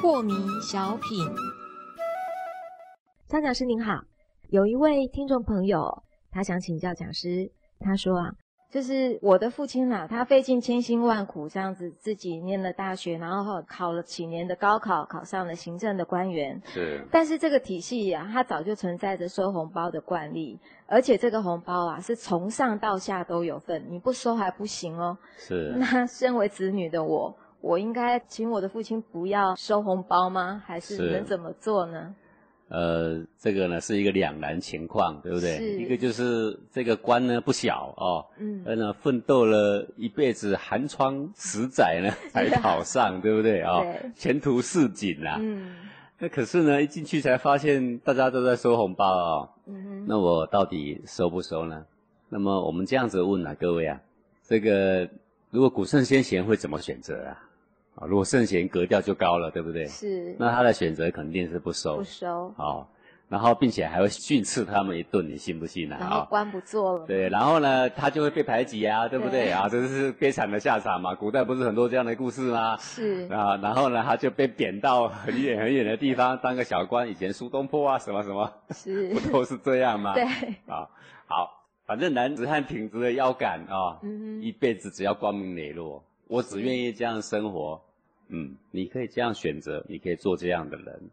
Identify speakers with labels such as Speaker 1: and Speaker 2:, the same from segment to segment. Speaker 1: 破迷小品，张讲师您好，有一位听众朋友，他想请教讲师，他说啊，就是我的父亲啦、他费尽千辛万苦，这样子自己念了大学，然后考了几年的高考，考上了行政的官员，
Speaker 2: 是
Speaker 1: 但是这个体系啊，它早就存在着收红包的惯例，而且这个红包啊是从上到下都有份，你不收还不行哦。
Speaker 2: 是，
Speaker 1: 那 身为子女的我，我应该请我的父亲不要收红包吗？还是
Speaker 2: 是
Speaker 1: 能怎么做呢？
Speaker 2: 呃，这个呢是一个两难情况，对不
Speaker 1: 是
Speaker 2: 对？一个就是这个官呢不小哦，
Speaker 1: 嗯，
Speaker 2: 呃呢奋斗了一辈子寒窗十载呢才考上，对 不对啊？
Speaker 1: 对
Speaker 2: 前途似锦啊。
Speaker 1: 嗯
Speaker 2: 那可是呢，一进去才发现大家都在收红包啊、哦，
Speaker 1: 嗯哼，
Speaker 2: 那我到底收不收呢？那么我们这样子问啊，各位啊，这个如果古圣先贤会怎么选择啊？啊，如果圣贤格调就高了，对不对？
Speaker 1: 是
Speaker 2: 那他的选择肯定是不收，
Speaker 1: 不收，
Speaker 2: 哦，然后并且还会训斥他们一顿，你信不信啊？
Speaker 1: 然后
Speaker 2: 哦
Speaker 1: 官不做了，
Speaker 2: 对，然后呢，他就会被排挤啊，对不对
Speaker 1: 对
Speaker 2: 啊？这是悲惨的下场嘛。古代不是很多这样的故事吗？
Speaker 1: 是
Speaker 2: 啊，然后呢，他就被贬到很远很远的地方当个小官，以前苏东坡啊，什么什么，
Speaker 1: 是
Speaker 2: 不，都是这样吗？
Speaker 1: 对，
Speaker 2: 啊，好，反正男子汉挺直的腰杆啊，
Speaker 1: 嗯
Speaker 2: 一
Speaker 1: 哼，
Speaker 2: 辈子只要光明磊落，我只愿意这样生活。嗯，你可以这样选择，你可以做这样的人，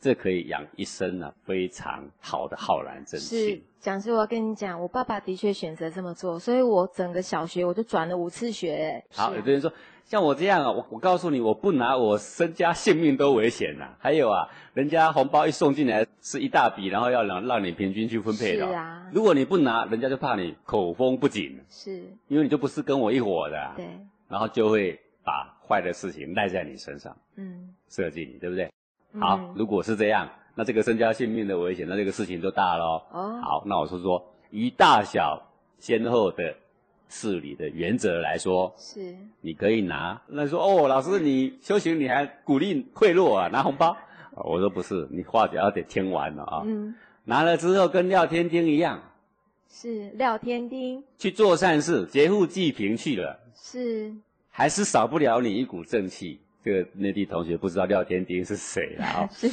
Speaker 2: 这可以养一生啊非常好的浩然正
Speaker 1: 是
Speaker 2: 气。
Speaker 1: 讲师，我要跟你讲，我爸爸的确选择这么做，所以我整个小学我就转了五次学，
Speaker 2: 好，
Speaker 1: 是
Speaker 2: 有的人说像我这样啊，我我告诉你，我不拿我身家性命都危险呐、还有啊，人家红包一送进来是一大笔，然后要让让你平均去分配的哦。
Speaker 1: 是啊
Speaker 2: 如果你不拿，人家就怕你口风不紧，
Speaker 1: 是，
Speaker 2: 因为你就不是跟我一伙的、啊，
Speaker 1: 对，
Speaker 2: 然后就会把坏的事情赖在你身上，
Speaker 1: 嗯，
Speaker 2: 设计你，对不对？好，
Speaker 1: 嗯
Speaker 2: 如果是这样，那这个身家性命的危险，那这个事情就大喽。
Speaker 1: 哦，
Speaker 2: 好，那我是说，以大小先后的事理的原则来说，
Speaker 1: 是，
Speaker 2: 你可以拿。那说哦，老师你修行你还鼓励贿赂啊，拿红包？啊我说不是，你话只要得听完了啊、
Speaker 1: 嗯，
Speaker 2: 拿了之后跟廖天丁一样
Speaker 1: 是廖天丁，
Speaker 2: 去做善事，劫富济贫去了，
Speaker 1: 是
Speaker 2: 还是少不了你一股正气。这个内地同学不知道廖天丁是谁 了啊、
Speaker 1: 是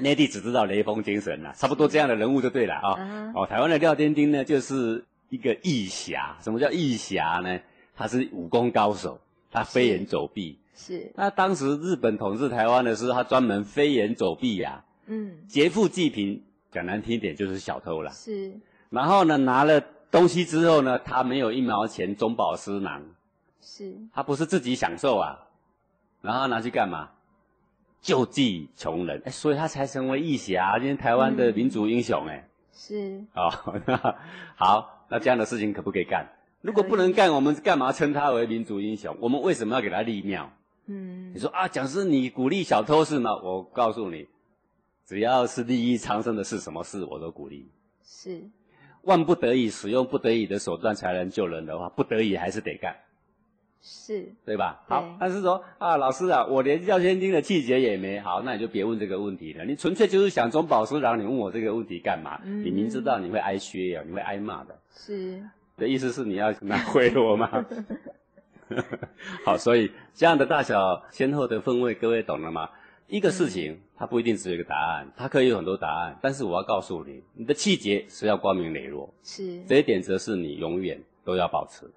Speaker 2: 内地只知道雷锋精神啦，差不多这样的人物就对了啊、
Speaker 1: 啊
Speaker 2: 哦，台湾的廖天丁呢，就是一个义侠。什么叫义侠呢？他是武功高手，他飞檐走壁。
Speaker 1: 是，
Speaker 2: 那当时日本统治台湾的时候，他专门飞檐走壁呀、
Speaker 1: 嗯，
Speaker 2: 劫富济贫。讲难听一点，就是小偷啦。
Speaker 1: 是
Speaker 2: 然后呢，拿了东西之后呢，他没有一毛钱中饱私囊，
Speaker 1: 是，
Speaker 2: 他不是自己享受啊，然后拿去干嘛？救济穷人，哎，所以他才成为义侠，今天台湾的民族英雄，哎、
Speaker 1: 是
Speaker 2: 哦，那 好，那这样的事情可不可以干？如果不能干，我们干嘛称他为民族英雄？我们为什么要给他立庙？
Speaker 1: 嗯
Speaker 2: 你，说啊，讲师你鼓励小偷是吗？我告诉你，只要是利益苍生的事，什么事我都鼓励。
Speaker 1: 是
Speaker 2: 万不得已使用不得已的手段才能救人的话，不得已还是得干，
Speaker 1: 是
Speaker 2: 对吧？
Speaker 1: 对
Speaker 2: 好，但是说啊，老师啊，我连廖天丁的气节也没，好，那你就别问这个问题了。你纯粹就是想中饱私囊，你问我这个问题干嘛？
Speaker 1: 嗯
Speaker 2: 你明知道你会挨削啊呀、你会挨骂的。
Speaker 1: 是，
Speaker 2: 的意思是你要拿贿赂吗？ 好，所以这样的大小先后的分位，各位懂了吗？一个事情它不一定只有一个答案，它可以有很多答案，但是我要告诉你，你的气节是要光明磊落，
Speaker 1: 是
Speaker 2: 这一点则是你永远都要保持的。